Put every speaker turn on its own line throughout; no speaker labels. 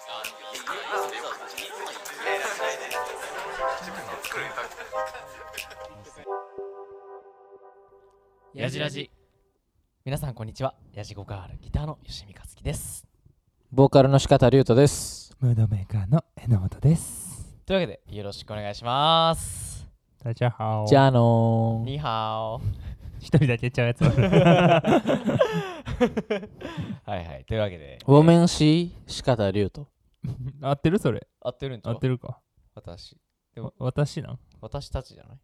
作るんですよ作るんだ
やじらじ
皆さんこんにちはヤジゴガールギターの吉見和樹です
ボーカルの仕方龍斗です。
ムードメーカーの榎本です。
というわけでよろしくお願いします
大家好
じゃあのー、
ニーハ
一人だけちゃうや つ。
オはいはいというわけで
ウォメンシー仕方龍斗。
合ってるそれ。
合ってるんち
合
ゃ
っ
う
てるか。
私
わ私なん。
私たちじゃない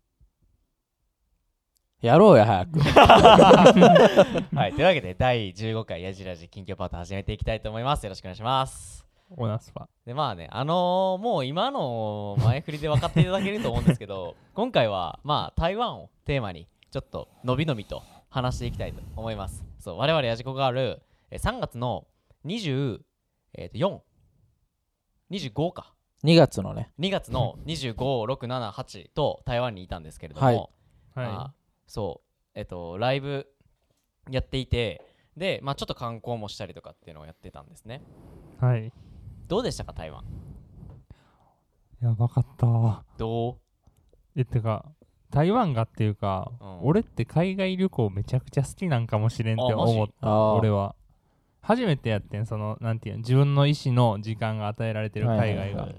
やろうや早く。
はいというわけで第15回ヤジラジ近況パート始めていきたいと思いますよろしくお願いします
オナスパ。
でまあねあのーもう今の前振りで分かっていただけると思うんですけど今回はまあ台湾をテーマにちょっとのびのびと話していきたいと思いますそう我々やじこがあるえー3月の2425か
2月のね。
2月の25678と台湾にいたんですけれども、
はい
は
あそうえっとライブやっていてでまあちょっと観光もしたりとかっていうのをやってたんですね
い。はい。い
どうでしたか台湾
やばかった。
ど
え、てか、台湾がっていうか、
うん
俺って海外旅行めちゃくちゃ好きなんかもしれんって
あマジ
思った。
あー
俺は。初めてやってん、その、なんていうの、自分の意思の時間が与えられてる
はいはい
海
は
外
い
うん
が。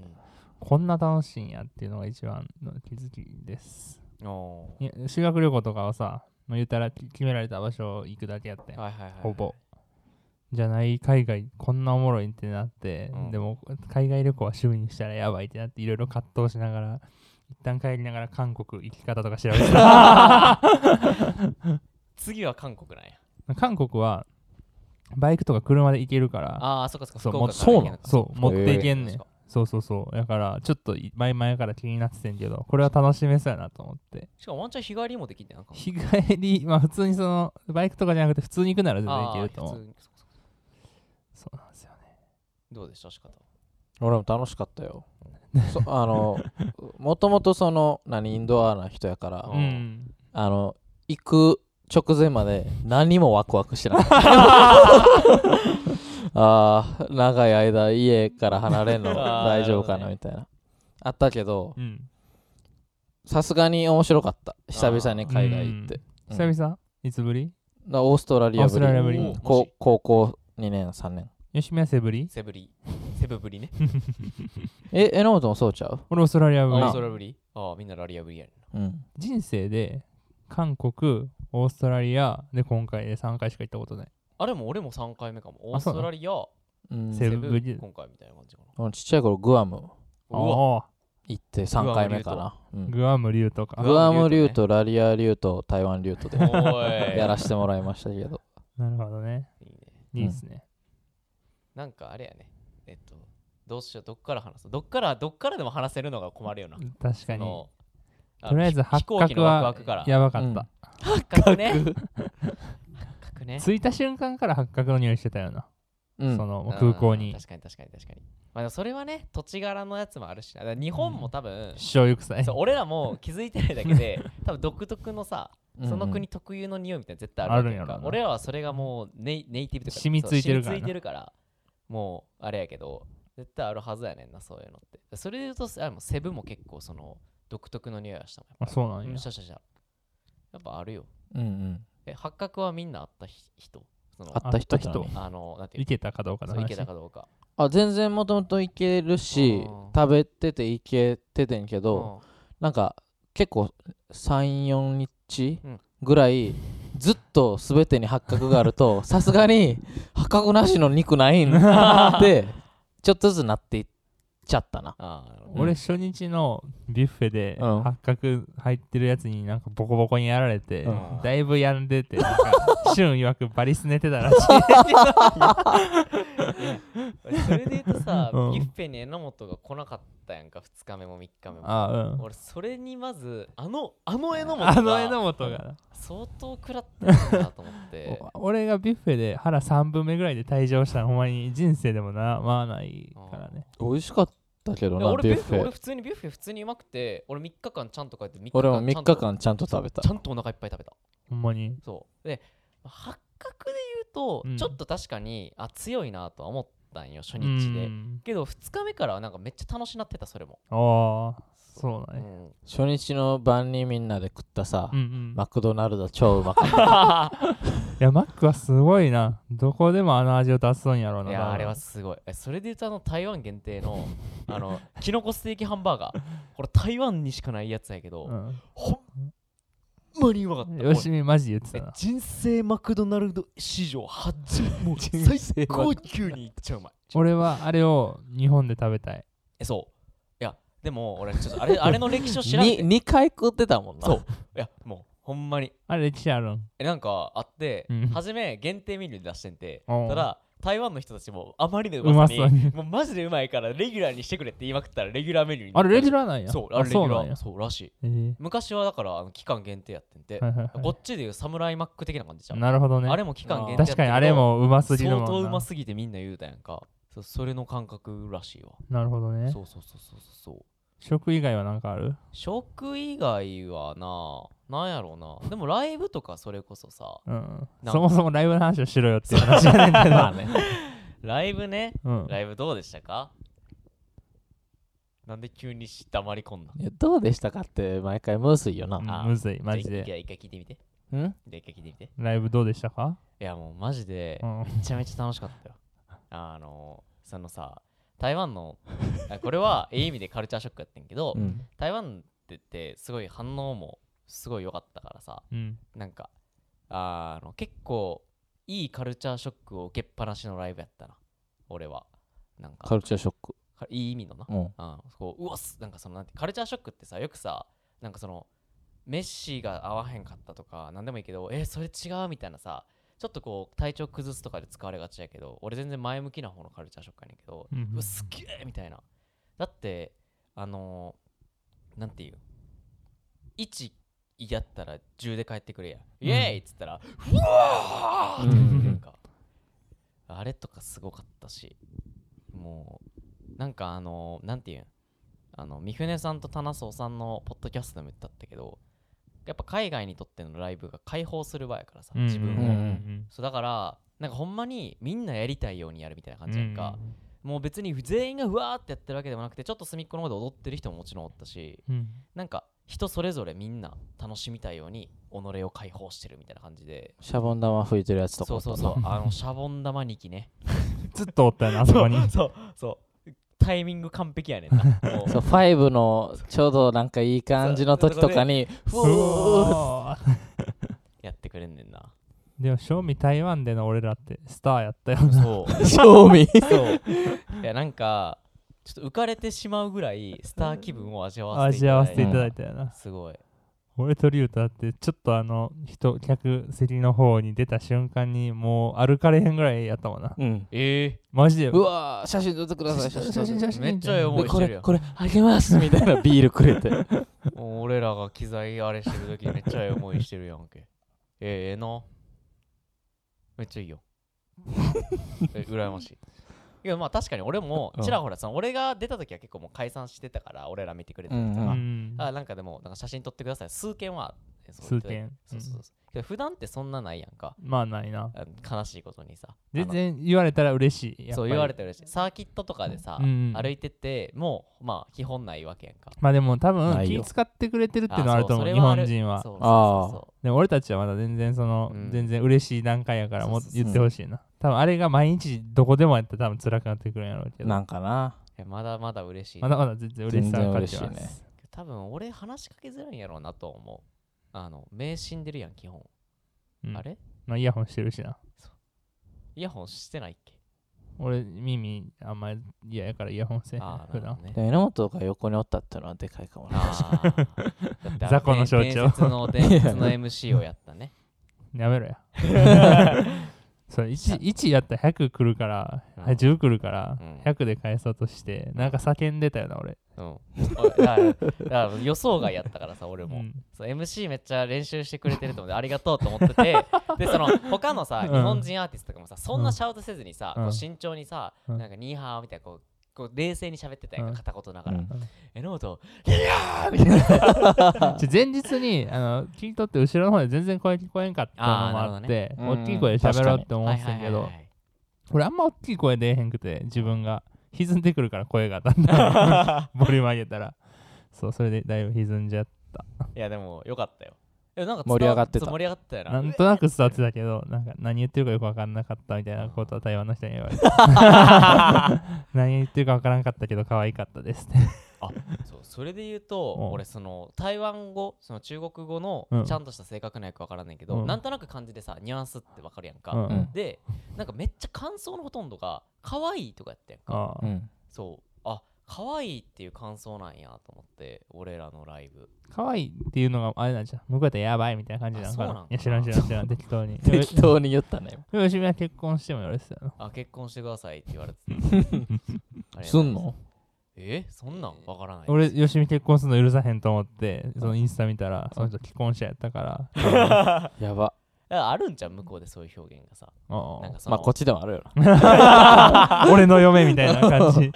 こんな楽しいんやっていうのが一番の気づきです。
おー
いや修学旅行とかはさ、まあ、言ったらき決められた場所行くだけやってん、
はいはいはいはい
ほぼ。じゃない海外こんなおもろいってなって、
うん
でも海外旅行は趣味にしたらやばいってなっていろいろ葛藤しながら一旦帰りながら韓国行き方とか調べてた
次は韓国なんや
韓国はバイクとか車で行けるから
ああそっかそっか
そう
福
も
岡か
う
ら行
そう
けなか
なの
った
そう持っていけんねん、
えー
そうそうそうだからちょっとい前々から気になっててんけどこれは楽しめそうやなと思って
しかもワンチャン日帰りもできんねんなんか
日帰りまあ普通にそのバイクとかじゃなくて普通に行くなら全然行けると思
あー
う
普通にそっかそっか
そうなんですよね
どうでした仕方は
俺も楽しかったよ。そあの、もともとその、何、インドアな人やから、
うん
うん
あの、行く直前まで何もワクワクしてなかった。 ああ、長い間家から離 れんの
あー
大丈夫かな
なる
みたいな。あったけど、
うん
さすがに面白かった。久々に海外行って。うん
久々いつぶり
だオーストラリア
オーストラリアぶ
ぶ
り
り
おー
こ高校2年3年
吉宮セブリ
セブリセブブリね
え榎本もそうちゃう
俺オーストラリ
あ
ア
オ
ぶり
ーストラブリああみんなラリアブリやねん
うん
人生で韓国オーストラリアで今回で3回しか行ったことない
あでも俺も3回目かもオー
あ
ス
そう
ト
なの
ラリア
うん
セ
セブブ
ブ
リ
今回みたいな感じかな
俺ちっちゃい頃グアム
うわ
ああ
行って3回目かなうん
グアム流とか
グアム
リュ
流
ー
とラリア流と台湾流とで
お
やら
い
せてもらいましたけど
なるほどね
いいね
いいですね、
なんかあれやねえっとどうしようどっから話すどっからどっからでも話せるのが困るよな
確か
あ
に
のの
とりあえず
飛
八
行機
角
のワク
は
ワクから
やばかった、
八角ね八角ね
着いた瞬間から八角の匂いしてたよな、
うんうん
そのもう空港
う
に
ん確かに確かに確かにまあでもそれはね土地柄のやつもあるしなだから日本も多分、
醤油臭い
そう俺らも気づいてないだけ で多分独特のさ
うん
その国特有の匂いみたいなの絶対あるわけ
あるんやろな
俺らはそれがもうネイネイティブとか
染み付いてるか
そう
らな
染み付いてるからもうあれやけど絶対あるはずやねんなそういうのってそれで言うとあもうセブも結構その独特の匂いはしたもんやっ
あそうな
ぱ
ん
うん
や
したしたしたやっぱあるよ
うんうん
え八角はみんなあったひ人その
あった人って
あった
何
人
あのなんていう
行けたかどうか
の
の
そうい
話
けたかどうか
あ全然もともと行けるし
うん
食べてて行けててんけどなんか結構34日
うん
ぐらいずっと全てに八角があると さすがに八角なしの肉ないん ってちょっとずつなっていっちゃったな。
ああなるほど
俺初日のビュッフェで
うん
八角入ってるやつになんかボコボコにやられて、
うん
だいぶ病んでてなんかシュン曰くバリス寝てたらしい
それで言うとさ、
うん
ビュッフェに榎本が来なかったやんか2日目も3日目も
あうん
俺それにまずあのあの榎
あ
本
の榎
が
本が、
相当食らってるんだなと思って
お俺がビュッフェで腹3分目ぐらいで退場したのほんまに人生でもなまあないからね
美味しかったけど
い
な
や俺
ビ
ビ
ュ
ュ
ッ
ッ
フ
フ
ェ
ェ俺普通にビュッフェ普通にうまくて俺3日間ちゃんと帰って3日間
俺も3日
ちゃん
間ちゃんと食べた
とちゃんとお腹いっぱい食べた
ほんまに
そうで八角で言うと、
うん
ちょっと確かにあ強いなとは思っったんよ初日で、
うん
けど2日目からはなんかめっちゃ楽しなってたそれも、
ああそうだね
うん
初日の晩にみんなで食ったさ、
うんうん、
マクドナルド超うまかった
いやマックはすごいなどこでもあの味を出すんやろうない
やあれはすごいえそれで言うとあの台湾限定 のあのキノコステーキハンバーガーこれ台湾にしかないやつやけど、
う
ほんまにうまかった
ん、よしみマジで言って
え
たな
人生マクドナルド史上 初もう最高級にいっちゃうまい
俺はあれを日本で食べたい
えそういやでも俺ちょっとあれあれの歴史を知らん
2回食ってたもんな
そういやもうほんまに
あれ歴史あるん
えなんかあって、
うん
初め限定メニューで出してんて
おう
ただ台湾の人たちもあまりのうまさに
うまそうに
もうマジでうまいからレギュラーにしてくれって言いまくったらレギュラーメニューにな
あ
った
れレギュラーなんや
そうあれレギ
そう
ュ
な
ラ
ん
ー
や
そうらしい
え
昔はだからあの期間限定やってんて、
えはいはい
こ
は
っちでいうサムライマック的な感じじゃ
い
ん、
なるほどね
あれも期間限定やってん
確かにあれもうますぎるもん
相
な
当うますぎてみんな言うたやんかそそれの感覚らしいわ
なるほどね
そうそうそうそうそう
食以外は何かある
食以外はななんやろうなでもライブとかそれこそさ
うん
なんか
そもそもライブの話をしろよっていう話じゃねえんだけど
まあね
ライブね
うん
ライブどうでしたかなんで急に黙り込んだ
いやどうでしたかって毎回ムースいよな、
うん
あ
むずいマジ
じ
で
ゃあ一回聞いてみて
うん
じゃあ一回聞いてみて
ライブどうでしたか
いやもうマジで
うん
めちゃめちゃ楽しかったよあのそのさ台湾のあこれ はいい意味でカルチャーショックやってんけど、
うん
台湾ってってすごい反応もすごい良かったからさ
うん
なんかあの結構いいカルチャーショックを受けっぱなしのライブやったな俺はなんか
カルチャーショック
かいい意味のな
うん
あーこううわっすなんかそのなんてカルチャーショックってさよくさなんかそのメッシが合わへんかったとか何でもいいけどえーそれ違うみたいなさちょっとこう体調崩すとかで使われがちやけど俺全然前向きな方のカルチャーショックやねんけど、
う
うん
うんうん
わすっげえみたいなだってあのーなんていう1やったら10で帰ってくれや、イエーイっつったらうわーってなんかあれとかすごかったしもうなんかあのなんていうんあの三船さんと棚荘さんのポッドキャストでも言ったったけどやっぱ海外にとってのライブが解放する場やからさ
うん
自分を、
うんうん
そうだからなんかほんまにみんなやりたいようにやるみたいな
うん
感じやんか、もう別に全員がうわーってやってるわけでもなくてちょっと隅っこの方で踊ってる人ももちろんおったし
うん
なんか人それぞれみんな楽しみたいように己を解放してるみたいな感じで
シャボン玉吹いてるやつとか
そうそうそうあのシャボン玉2期ね
ずっとおったよなあそこに
そうそうタイミング完璧やねんなもう
そう5のちょうどなんかいい感じの時とかに
うおー
やってくれんねんな
でも正味台湾での俺らってスターやったよ
そう
賞味
そういやなんかちょっと浮かれてしまうぐらいスター気分を味わわせて
味
い
合
た
わ
だ
せ
い
て
て
いただいたよな
すごい
俺と竜太だってちょっとあの人客席の方に出た瞬間にもう歩かれへんぐらいやったもんな
うん
え
マジで
うわー写真撮ってください写真撮って
ー、
写
めっちゃええ
よ
思いし
こ
てる
れ
やん
これあげますみたいなビールくれて
もう俺らが機材あれしてる時めっちゃええ思いしてるやんけ。 ええええな。めっちゃいいよ。 え羨ましい。いやまあ確かに俺も
うん
ちらほらさ、俺が出た時は結構もう解散してたから俺ら見てくれてる人
う
う
が、
ん
あなんかでもなんか写真撮ってください数件はえそう
数件
そうそうそう、けど普段ってそんなないやんか
まあないな
あの悲しいことにさ
全然言われたら嬉しい
あのそう言われ
た
てるしいサーキットとかでさ、
うん
歩いててもうまあ基本ないわけやんか
まあでも多分
ない
気
よ
使ってくれてるっていうのはあると思う
そ
日
れあ
本
る
人は
そうそう
あ
そ
ー
うそう
でも俺たちはまだ全然その、
うん
全然嬉しい段階やからもう
そうそうそう
言ってほしいな多分あれが毎日どこでもやったら多分辛くなってくるんやろうけど
なんかない
やまだまだ嬉しい、
まだまだ全然嬉しさは勝ちます
全然嬉しい
多分俺話しかけづらいんやろうなと思うあの目死んでるやん基本、
うん
あれ
まあ、イヤホンしてるしな
イヤホンしてないっけ
俺耳あんまり嫌やからイヤホンせえへん
ああ
普
なる
段
ほどね
で榎本が横におったってのはでかいかもな
あ ーだってあ
雑魚の象徴
伝説の伝 説の MC をやったね
やめろや そう 1, 1やったら100来るから、
うん
10来るから
うん
100で返そうとしてなんか叫んでたよな俺、
うんおいだからだから予想外やったからさ俺
う
も、
ん
そう MC めっちゃ練習してくれてると思ってありがとうと思って てでその他のさ
うん
日本人アーティストとかもさそんなシャウトせずにさ、
うん
こう慎重にさ、
うん
なんかニーハーみたいなこうこう冷静に喋ってたやん
うん
か片言なが
う
ら、
ん
えのと
ちょ前日にあの聞いとって後ろの方で全然声聞こえんかったのもあって
あーなるほどね
大きい声で喋ろうって思
は
っ
い
て
は
た
い
け
はいは
ど
い
俺あんま大きい声出えへんくて自分が歪んでくるから声がだん だんボリューム上げたらそうそれでだいぶ歪んじゃっ
いやでもよかったよいやなんか
盛り上がってた
そう盛り上がってたよな
なんとなく伝わってたけどなんか何言ってるかよく分かんなかったみたいなことは台湾の人に言われ た何言ってるか分からんかったけど可愛かったですって
そうそれで言うと、
うん
俺その台湾語その中国語の
うん
ちゃんとした正確な訳わからんねんけど、
うん
なんとなく漢字でさニュアンスってわかるやんか、
うん
うん
でなんかめっちゃ感想のほとんどが可愛いとかやったやんか
ああ
うん
そうあ可愛いっていう感想なんやと思って俺らのライブ
可愛いっていうのがあれなんじゃん向こうやったらやばいみたいな感じなのか
あそうな
な
んか
いや知らん知らん知らん 適当に
適当に言ったね
でも吉見は結婚してもよろしいよ
あ結婚してくださいって言われてあれ
すんの
えそんなんわからない
俺吉見結婚するの許さへんと思ってそのインスタ見たらその人既婚者やったからあ
やば
ああるんじゃん向こうでそういう表現がさ
あ
なんかその、
まあこっちでもあるよな
俺の嫁みたいな 感じ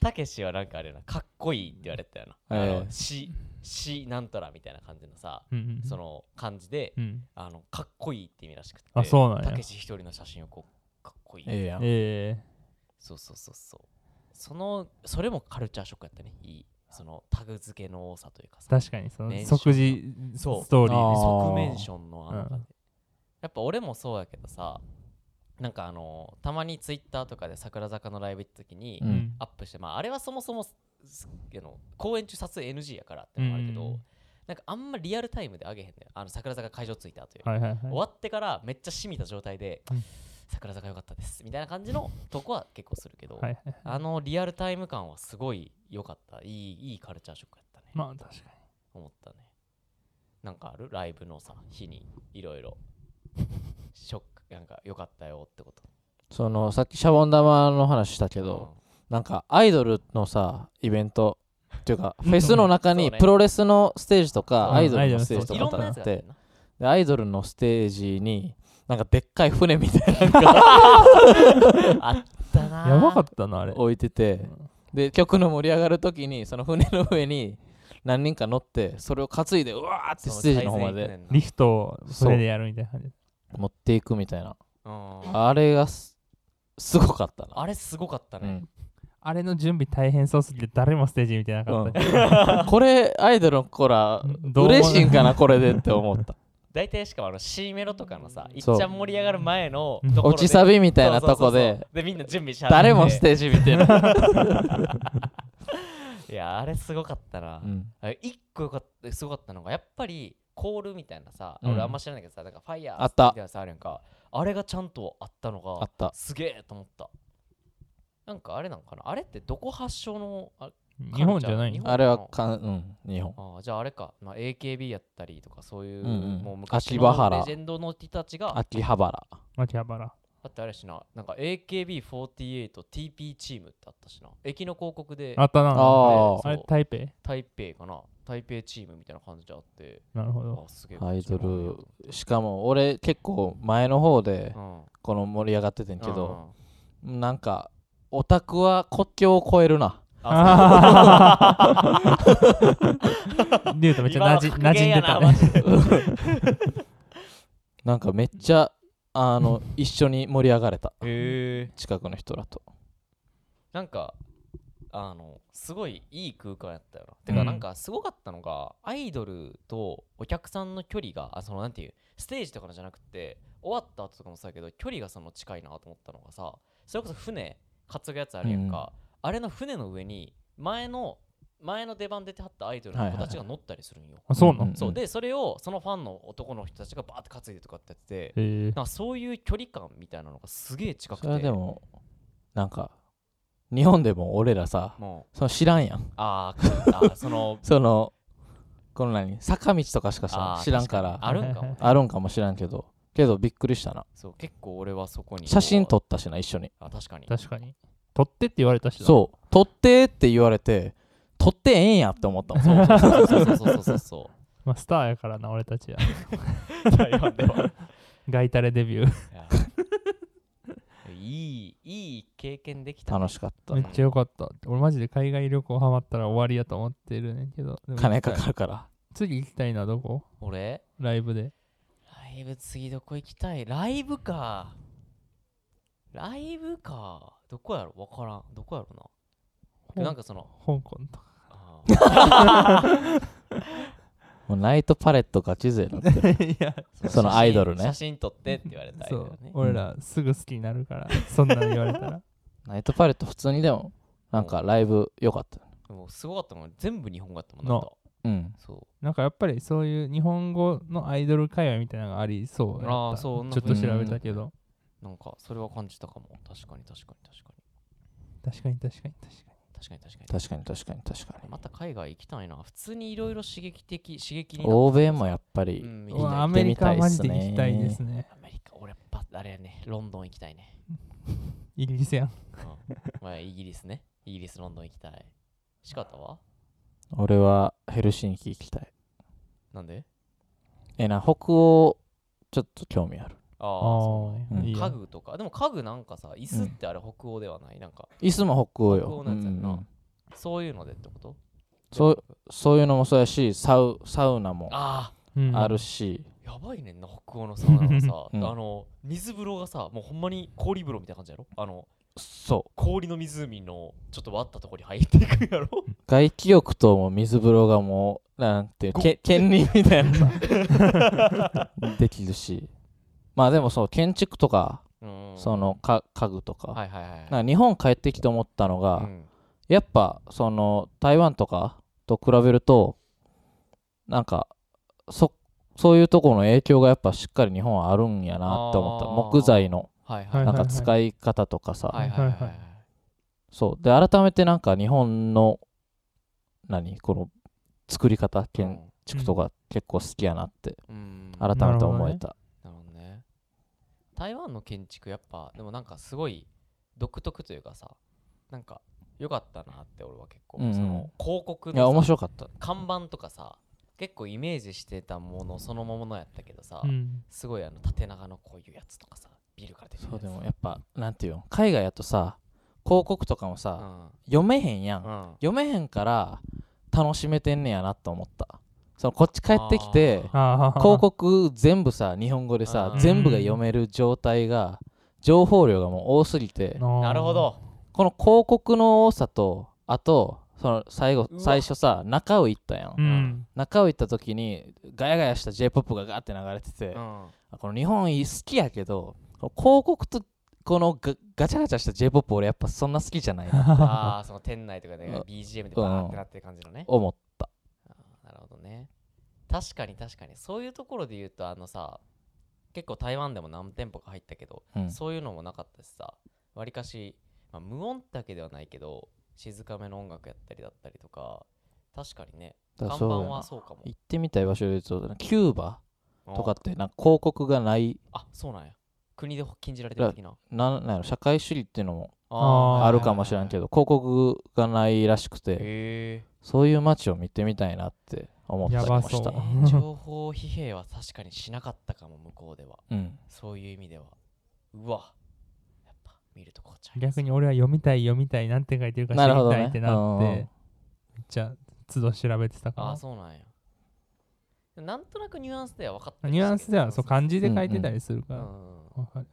たけしはなんかあれやなかっこいいって言われてたよな、
ええ
あのししなんたらみたいな感じのさ
うんうん
その感じで、
うん
あのかっこいいって意味らしくて
あそうなんや
たけし一人の写真をこうかっこいい、
ええやん
え
そうそうそうそうそのそれもカルチャーショックやったねいいそのタグ付けの多さというか
え
さ
確かにその
ね
即時
そう
ストーリ
あ
ー
ー
側メンションのあの、
うん
やっぱ俺もそうやけどさなんかあのたまにツイッターとかで桜坂のライブ行った時に、
うん
アップしてまああれはそもそもすあの公演中撮影 NG やからってのもあるけど、
うん
なんかあんまリアルタイムで上げへんねよあの桜坂会場着いたという、
はいはいはい
終わってからめっちゃしみた状態で、
うん
桜坂良かったですみたいな感じのとこは結構するけど、
はいはい
あのリアルタイム感はすごい良かったいいいいカルチャーショックやったね、
まあ確かに
思ったねなんかあるライブのさ日にいろいろショックなんか良かったよってこと
そのさっきシャボン玉の話したけど、なんかアイドルのさイベントっていうかフェスの中
そう
に
ね
プロレスのステージと
そ
か
う
アイドルのステージ
う
と
んい
か
ろんなや
ってあ
つ
っ
があっててんな
でアイドルのステージになんかでっかい船みたいなの
あったな
やばかったなあれ
置いててで曲の盛り上がる時にその船の上に何人か乗ってそれを担いでうわーってステージの方まで
リフトをそれでやるみたいな感じ
持っていくみたいな
うん
あれがすすごかったな、
あれすごかった
う
ね、
ん、
あれの準備大変そうすぎて誰もステージ見てなかったけど、
これアイドルの子ら
どう思う
嬉しいんかなこれでって思った
大体しかもあの C メロとかのさいっち
そう
ゃん盛り上がる前の
う ん
ところ
落
で
ちサビみたいなとこ
そうそうそう
で
そうでみんな準備しはって
誰もステージ見 てない、
いやあれすごかったな、
うん
あ一個よかったすごかったのがやっぱりコールみたいなさ、
うん
俺あんま知らないけどさなんかファイヤー
あった
みたいなさあるやんかあれがちゃんとあったの
あ
が
った
すげえと思ったなんかあれなんかなあれってどこ発祥のあ
日本じゃない
日本
あれはかん、うん、日本
ああじゃああれか、まあ、AKB やったりとかそういう、
うんうん
もう昔
秋葉
の
原
レジェンドの人たちがだ
秋葉原
秋葉原
ってあれやしななんか AKB48TP チームってあったしな駅の広告で
あったなあ
あ
れ台北
台北かな台北チームみたいな感じであって
なるほ
あ
ど
すげえ
アイ
こっ
ド
ちもあ
ルしかも俺結構前の方で
るよ
この盛り上がっててん
うん
けど、なんかオタクは国境を越え るな
リュウとめっちゃなじ馴染んでたね
ね。
なんかめっちゃあの一緒に盛り上がれた
へえ。
近くの人らと
なんか、あの、すごいいい空間やったよな。て
う
か、
ん
なんかすごかったのが、アイドルとお客さんの距離が、あ、その、なんていう、ステージとかのじゃなくて、終わった後とかもそうやけど、距離がその近いなと思ったのがさ、それこそ船担ぐやつあるやんか、あれの船の上に、前の、前の出番出てはったアイドルの子たちが乗ったりするんよ。
あそうなの、
ん
そうで、それをそのファンの男の人たちがバーって担いでとかってやってて、
へえ
なんかそういう距離感みたいなのがすげえ近くて
それでもなんか日本でも俺らさ
もう
その知らんやん
あーかあーその
そのこの何坂道とかしか
あ
さ
ー
知らん
確
から
にあるんかもね
あるんかもしらんけどけどびっくりしたな
そう結構俺はそこに
写真撮ったしな一緒に
あ確かに
確かに撮ってって言われたしな
そう撮ってって言われて撮ってええんやって思ったもん
そうそうそうそうそうそうそ
まあ、スターやからな俺たちは
う台湾では
ガイタレデビュ
い
ー
やいいいい経験できたね
楽しかった
めっちゃよかった俺マジで海外旅行ハマったら終わりやと思ってるねんけどでも
金かかるから
次行きたいのはどこ
俺
ライブで
ライブ次どこ行きたいライブかライブかどこやろわからんどこやろななんかその
香港とか
あー
もうナイトパレットガチ勢 になってる
いや
そのアイドル
写
ね
真写真撮ってって言われたアイ
そ
ド
う
ルね
俺らすぐ好きになるからそんなの言われたら
ナイトパレット普通にでもなんかライブ良かった
でもすごかったもん全部日本語やったもんなんか
うん
そう
なんかやっぱりそういう日本語のアイドル会話みたいなのがありそうやった
あーそんな
ちょっと調べたけど
なんかそれは感じたかも確かに確かに確かに
確かに確かに確か
確かに確かに
確かに確かに確かに
また海外行きたいな普通にいろいろ刺激的刺激にな
欧米もやっぱり、
うん
に
行きたい
うわア
行っ
メ
て
リ
み
カ
た
はい
っすね
マジで行きたいですね
アメリカ俺ばあれやねロンドン行きたいね、
イギリスや
う
ん
んまあイギリスねイギリスロンドン行きたい仕方は
俺はヘルシンキ行きたい
なんで
えな北欧ちょっと興味ある
あ
あ
あ
あ
そう
う
ー
ん
いい
家
よ
具とかでも家具なんかさ椅子ってあれ北欧ではないなんか
椅子も北欧よ
北欧のやつやんな
うんうん
そういうのでってこと
そうそういうのもそうやしサウサウナも
あ
うん
あるし、
あやばいねんな北欧のサウナはさ、
うん
あの水風呂がさもうほんまに氷風呂みたいな感じやろあの
そう
氷の湖のちょっと割ったところに入っていくんやろ
外気浴とも水風呂がもうなんていう
ご
け権利みたいなさ できるしまあでもそう建築とか、
うん
そのか家具とか,、
はいはいはい
なんか日本帰ってきて思ったのが、
うん
やっぱその台湾とかと比べるとなんかそそういうところの影響がやっぱしっかり日本はあるんやなって思った
あー
木材の
はいはい
なん
は
か
いはい
使い方とかさ、
はいはいはいは
はいい
そうで改めてなんか日本の何この作り方
う
建
ん
築とか結構好きやなって
うん
改
な
め
る
て
ほど
思
ね
えた、
なるほどね台湾の建築やっぱでもなんかすごい独特というかさなんか良かったなって俺は結構、
うんうん
その広告
いや
の
面
さ
白かった
看板とかさ結構イメージしてたものそのものやったけどさ、
うん
すごいあの縦長のこういうやつとかさビルから出てる
そ
や
う
つ
でもやっぱなんていうの海外やとさ広告とかも
うん
さ、
うん
読めへんやん
あ
読めへんから楽しめてんねやなと思ったそのこっち帰ってきて
あ
ああ
広告全部さ日本語でさ
あー
全部が読める状態が情報量がもう多すぎて
なるほど
この広告の多さとあとその最後
うわ
最初さ中を行ったやん、
うん
中を行った時にガヤガヤした j p o p がガーって流れてて、
うん
この日本好きやけどこの広告とこのガガチャガチャした j p o p 俺やっぱそんな好きじゃないな
ああその店内とかで
うん
BGM でバーってなってる感じのね
思った
あーなるほどね確かに確かにそういうところで言うとあのさ結構台湾でも何店舗か入ったけど、
うん
そういうのもなかったしさわりかし、まあ、無音だけではないけど静かめの音楽やったりだったりとか確かにね
だ
看
から
板
そうやな
はそうかも
行ってみたい場所で言うとキューバとか
う
っ
ん
てなんか広告がない
あそうなんや国で禁じられてる的な
なんなんやろ社会主義っていうのも
あー
あるかもしれんけ
ど
ど広告がないらしくて
へ
そういう街を見てみたいなって思ったりもし
や
た
ばそ
え 情報疲弊は確かにしなかったかも向こうでは
うん
そういう意味ではうわやっぱ見るとこうちゃいます
逆に俺は読みたい読みたいなんて書いてるか知
なるほ
り
ど
たい
ね
ってな
う
っ
んうん
てめっちゃ都度調べてた
あ
か
あそうなんやなんとなくニュアンスでは分かった
ら
りし
ニュアンスではそう漢字で書い
うんう
て
ん
たりする
う
か
ん
らわかる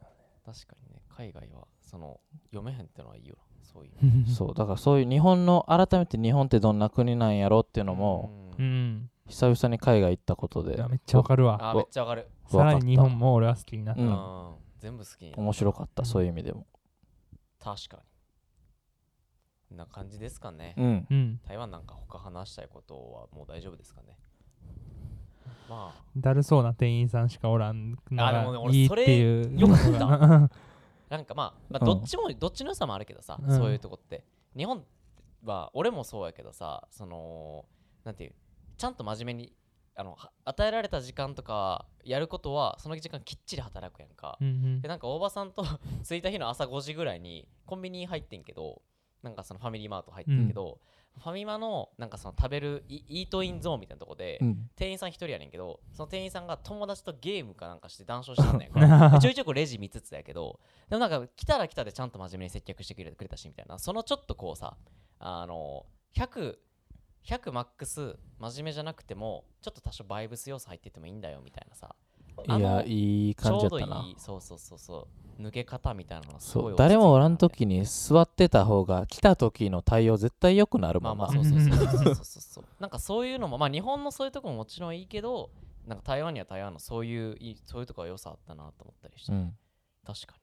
確かにね海外はその読めへんってのはいいよなそういう
そうだからそういう日本の改めて日本ってどんな国なんやろっていうのも
う
うんん
久々に海外行ったこと
い
で
やめっちゃわかるわ
あーめっちゃわかる
さら
わかった
に日本も俺は好きになった
う
うんん全部好きになる
面白かったそういう意味でも
確かにこんな感じですかね
うん
うん
台湾なんか他話したいことはもう大丈夫ですかねまあ
だるそうな店員さんしかおらんな
あでもね
ら
俺
いいっていう
よ
の
か
が
った
うん
なんかまあ、まあ、
う
ど
ん
っちも、どっちの良さもあるけどさ、
うん
そういうとこって日本は俺もそうやけどさそのなんていうちゃんと真面目にあのは与えられた時間とかやることはその時間きっちり働くやんか、
うん
でなんか大場さんと 着いた日の朝5時ぐらいにコンビニ入ってんけどなんかそのファミリーマート入ってんけど、ファミマのなんかその食べるイイートインゾーンみたいなとこで、
うん
店員さん一人やねんけどその店員さんが友達とゲームかなんかして談笑してたんやから ちょいちょいこうレジ見つつやけどでもなんか来たら来たでちゃんと真面目に接客してくれくれたしみたいなそのちょっとこうさあの100 100マックス真面目じゃなくてもちょっと多少バイブス要素入っててもいいんだよみたいなさあの
いやいい
ち
感じ
ょ
や
う
っ
どい
たない
そうそうそうそう抜け方みたいなのす
そ
ごいう
誰もおらん
と
時に座ってた方が来た時の対応絶対良くなる
ま
も
あま
んな
あそうそうそうそうそうそうそうなんかそういうのもまあ日本のそういうとこももちろんいいけどなんか台湾には台湾のそういういいそういうとこは良さあったなと思ったりして、
うん
確か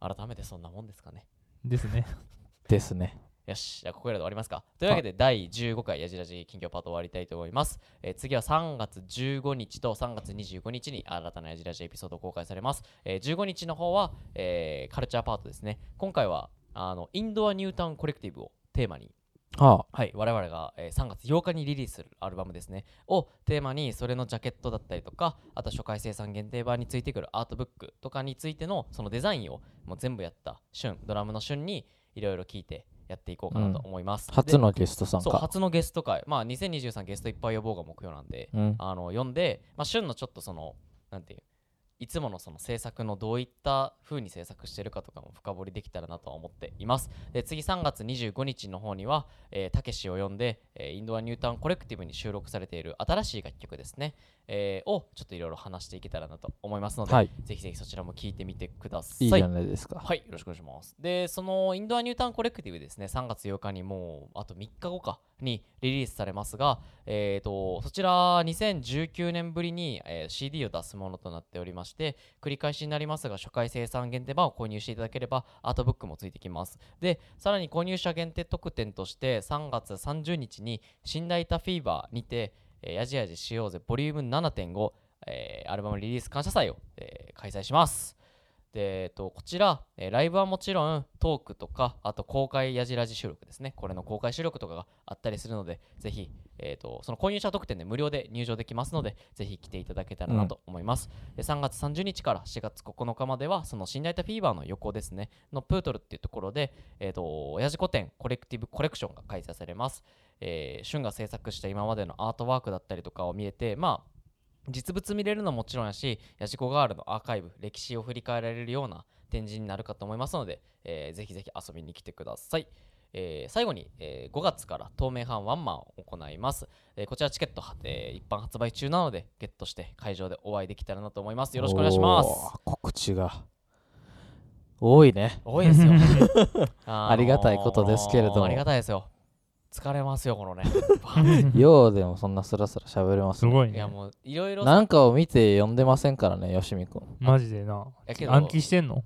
に改めてそんなもんですかね
です ね。
ですね
よし、じゃあここらで終わりますか。というわけで、第15回やじらじ近況パート終わりたいと思います。えー次は3月15日と3月25日に新たなやじらじエピソード公開されます。えー15日の方は、えーカルチャーパートですね。今回はあのインドアニュータウンコレクティブをテーマに、
はあ
はい、我々が、えー3月8日にリリースするアルバムですねをテーマにそれのジャケットだったりとかあと初回生産限定版についてくるアートブックとかについてのそのデザインをもう全部やった旬ドラムの旬にいろいろ聞いてやっていこうかなと思います、
初のゲスト
で
さん
そう
か
初のゲスト会まあ2023ゲストいっぱい呼ぼうが目標なんで
うん
あの読んで、まあ、旬のちょっとそのなんていういつものその制作のどういった風に制作してるかとかも深掘りできたらなとは思っています。で次3月25日の方にはえーたけしを呼んで、えーインドアニュータウンコレクティブに収録されている新しい楽曲ですね、えーをちょっといろいろ話していけたらなと思いますので、
はい
ぜひぜひそちらも聞いてみてください。
いいじゃないですか
はい、よろしくお願いします。で、そのインドアニュータウンコレクティブですね、3月8日にもうあと3日後かにリリースされますが、えー、とそちら2019年ぶりに、えー CD を出すものとなっておりまして、繰り返しになりますが、初回生産限定版を購入していただければ、アートブックもついてきます。で、さらに購入者限定特典として、3月30日に、信頼たフィーバーにて、えーやじやじしようぜ、ボリューム7.5、えーアルバムリリース感謝祭を、えー開催します。で、えっと、こちら、えーライブはもちろんトークとか、あと公開やじらじ収録ですね。これの公開収録とかがあったりするので、ぜひ、えっと、その購入者特典で無料で入場できますので、ぜひ来ていただけたらなと思います。で3月30日から4月9日までは、その信頼たフィーバーの横ですね、のプートルっていうところで、えっと、親父古典コレクティブコレクションが開催されます。えー、シュンが制作した今までのアートワークだったりとかを見えて、まあ、実物見れるのももちろんやし、ヤジコガールのアーカイブ、歴史を振り返られるような展示になるかと思いますので、えーぜひぜひ遊びに来てください。えー最後に、え5月から透明版ワンマンを行います。えーこちらチケット、えー一般発売中なので、ゲットして会場でお会いできたらなと思います。よろしくお願いします。
おー告知が多いね
多いです よ。あ
ありがたいことですけれども
ありがたいですよ。疲れますよ、このね。
ようでもそんなスラスラ喋れますすね
ごい
いや、
ね。
もういろいろ
なんかを見て読んでませんからねよしみくん
マジでな。
やけど
暗記してんの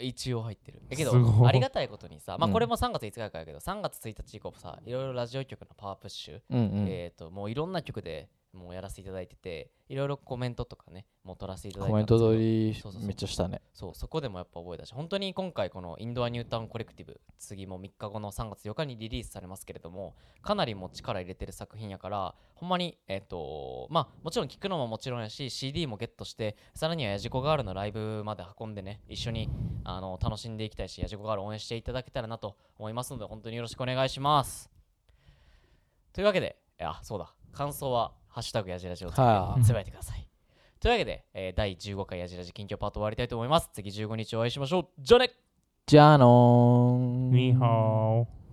一応入ってる。だけど
すご、い
ありがたいことにさ、まあ
うん
これも3月5日からやけど、3月1日以降さ、いろいろラジオ局のパワープッシュ、
うんうん、
えっと、もういろんな曲でもうやらせていただいてて、いろいろコメントとかね、もう取らせていただい
コ
て。
メント通り
そうそうそう
めっちゃしたね
そう、そこでもやっぱ覚えたし、本当に今回このインドアニュータウンコレクティブ、次も3日後の3月4日にリリースされますけれども、かなりもう力入れてる作品やから、ほんまに、えっ、と、まあもちろん聞くのももちろんやし、CD もゲットして、さらにはヤジコガールのライブまで運んでね、一緒にあの楽しんでいきたいし、ヤジコガール応援していただけたらなと思いますので、本当によろしくお願いします。というわけで、あ、そうだ、感想は、ハッシュタグヤジラジをつけ
は
て
い
つぶやいてください。というわけで、えー第15回ヤジラジ近況パート終わりたいと思います。次15日お会いしましょう。じゃあね
じゃあのーん
ニーハオ。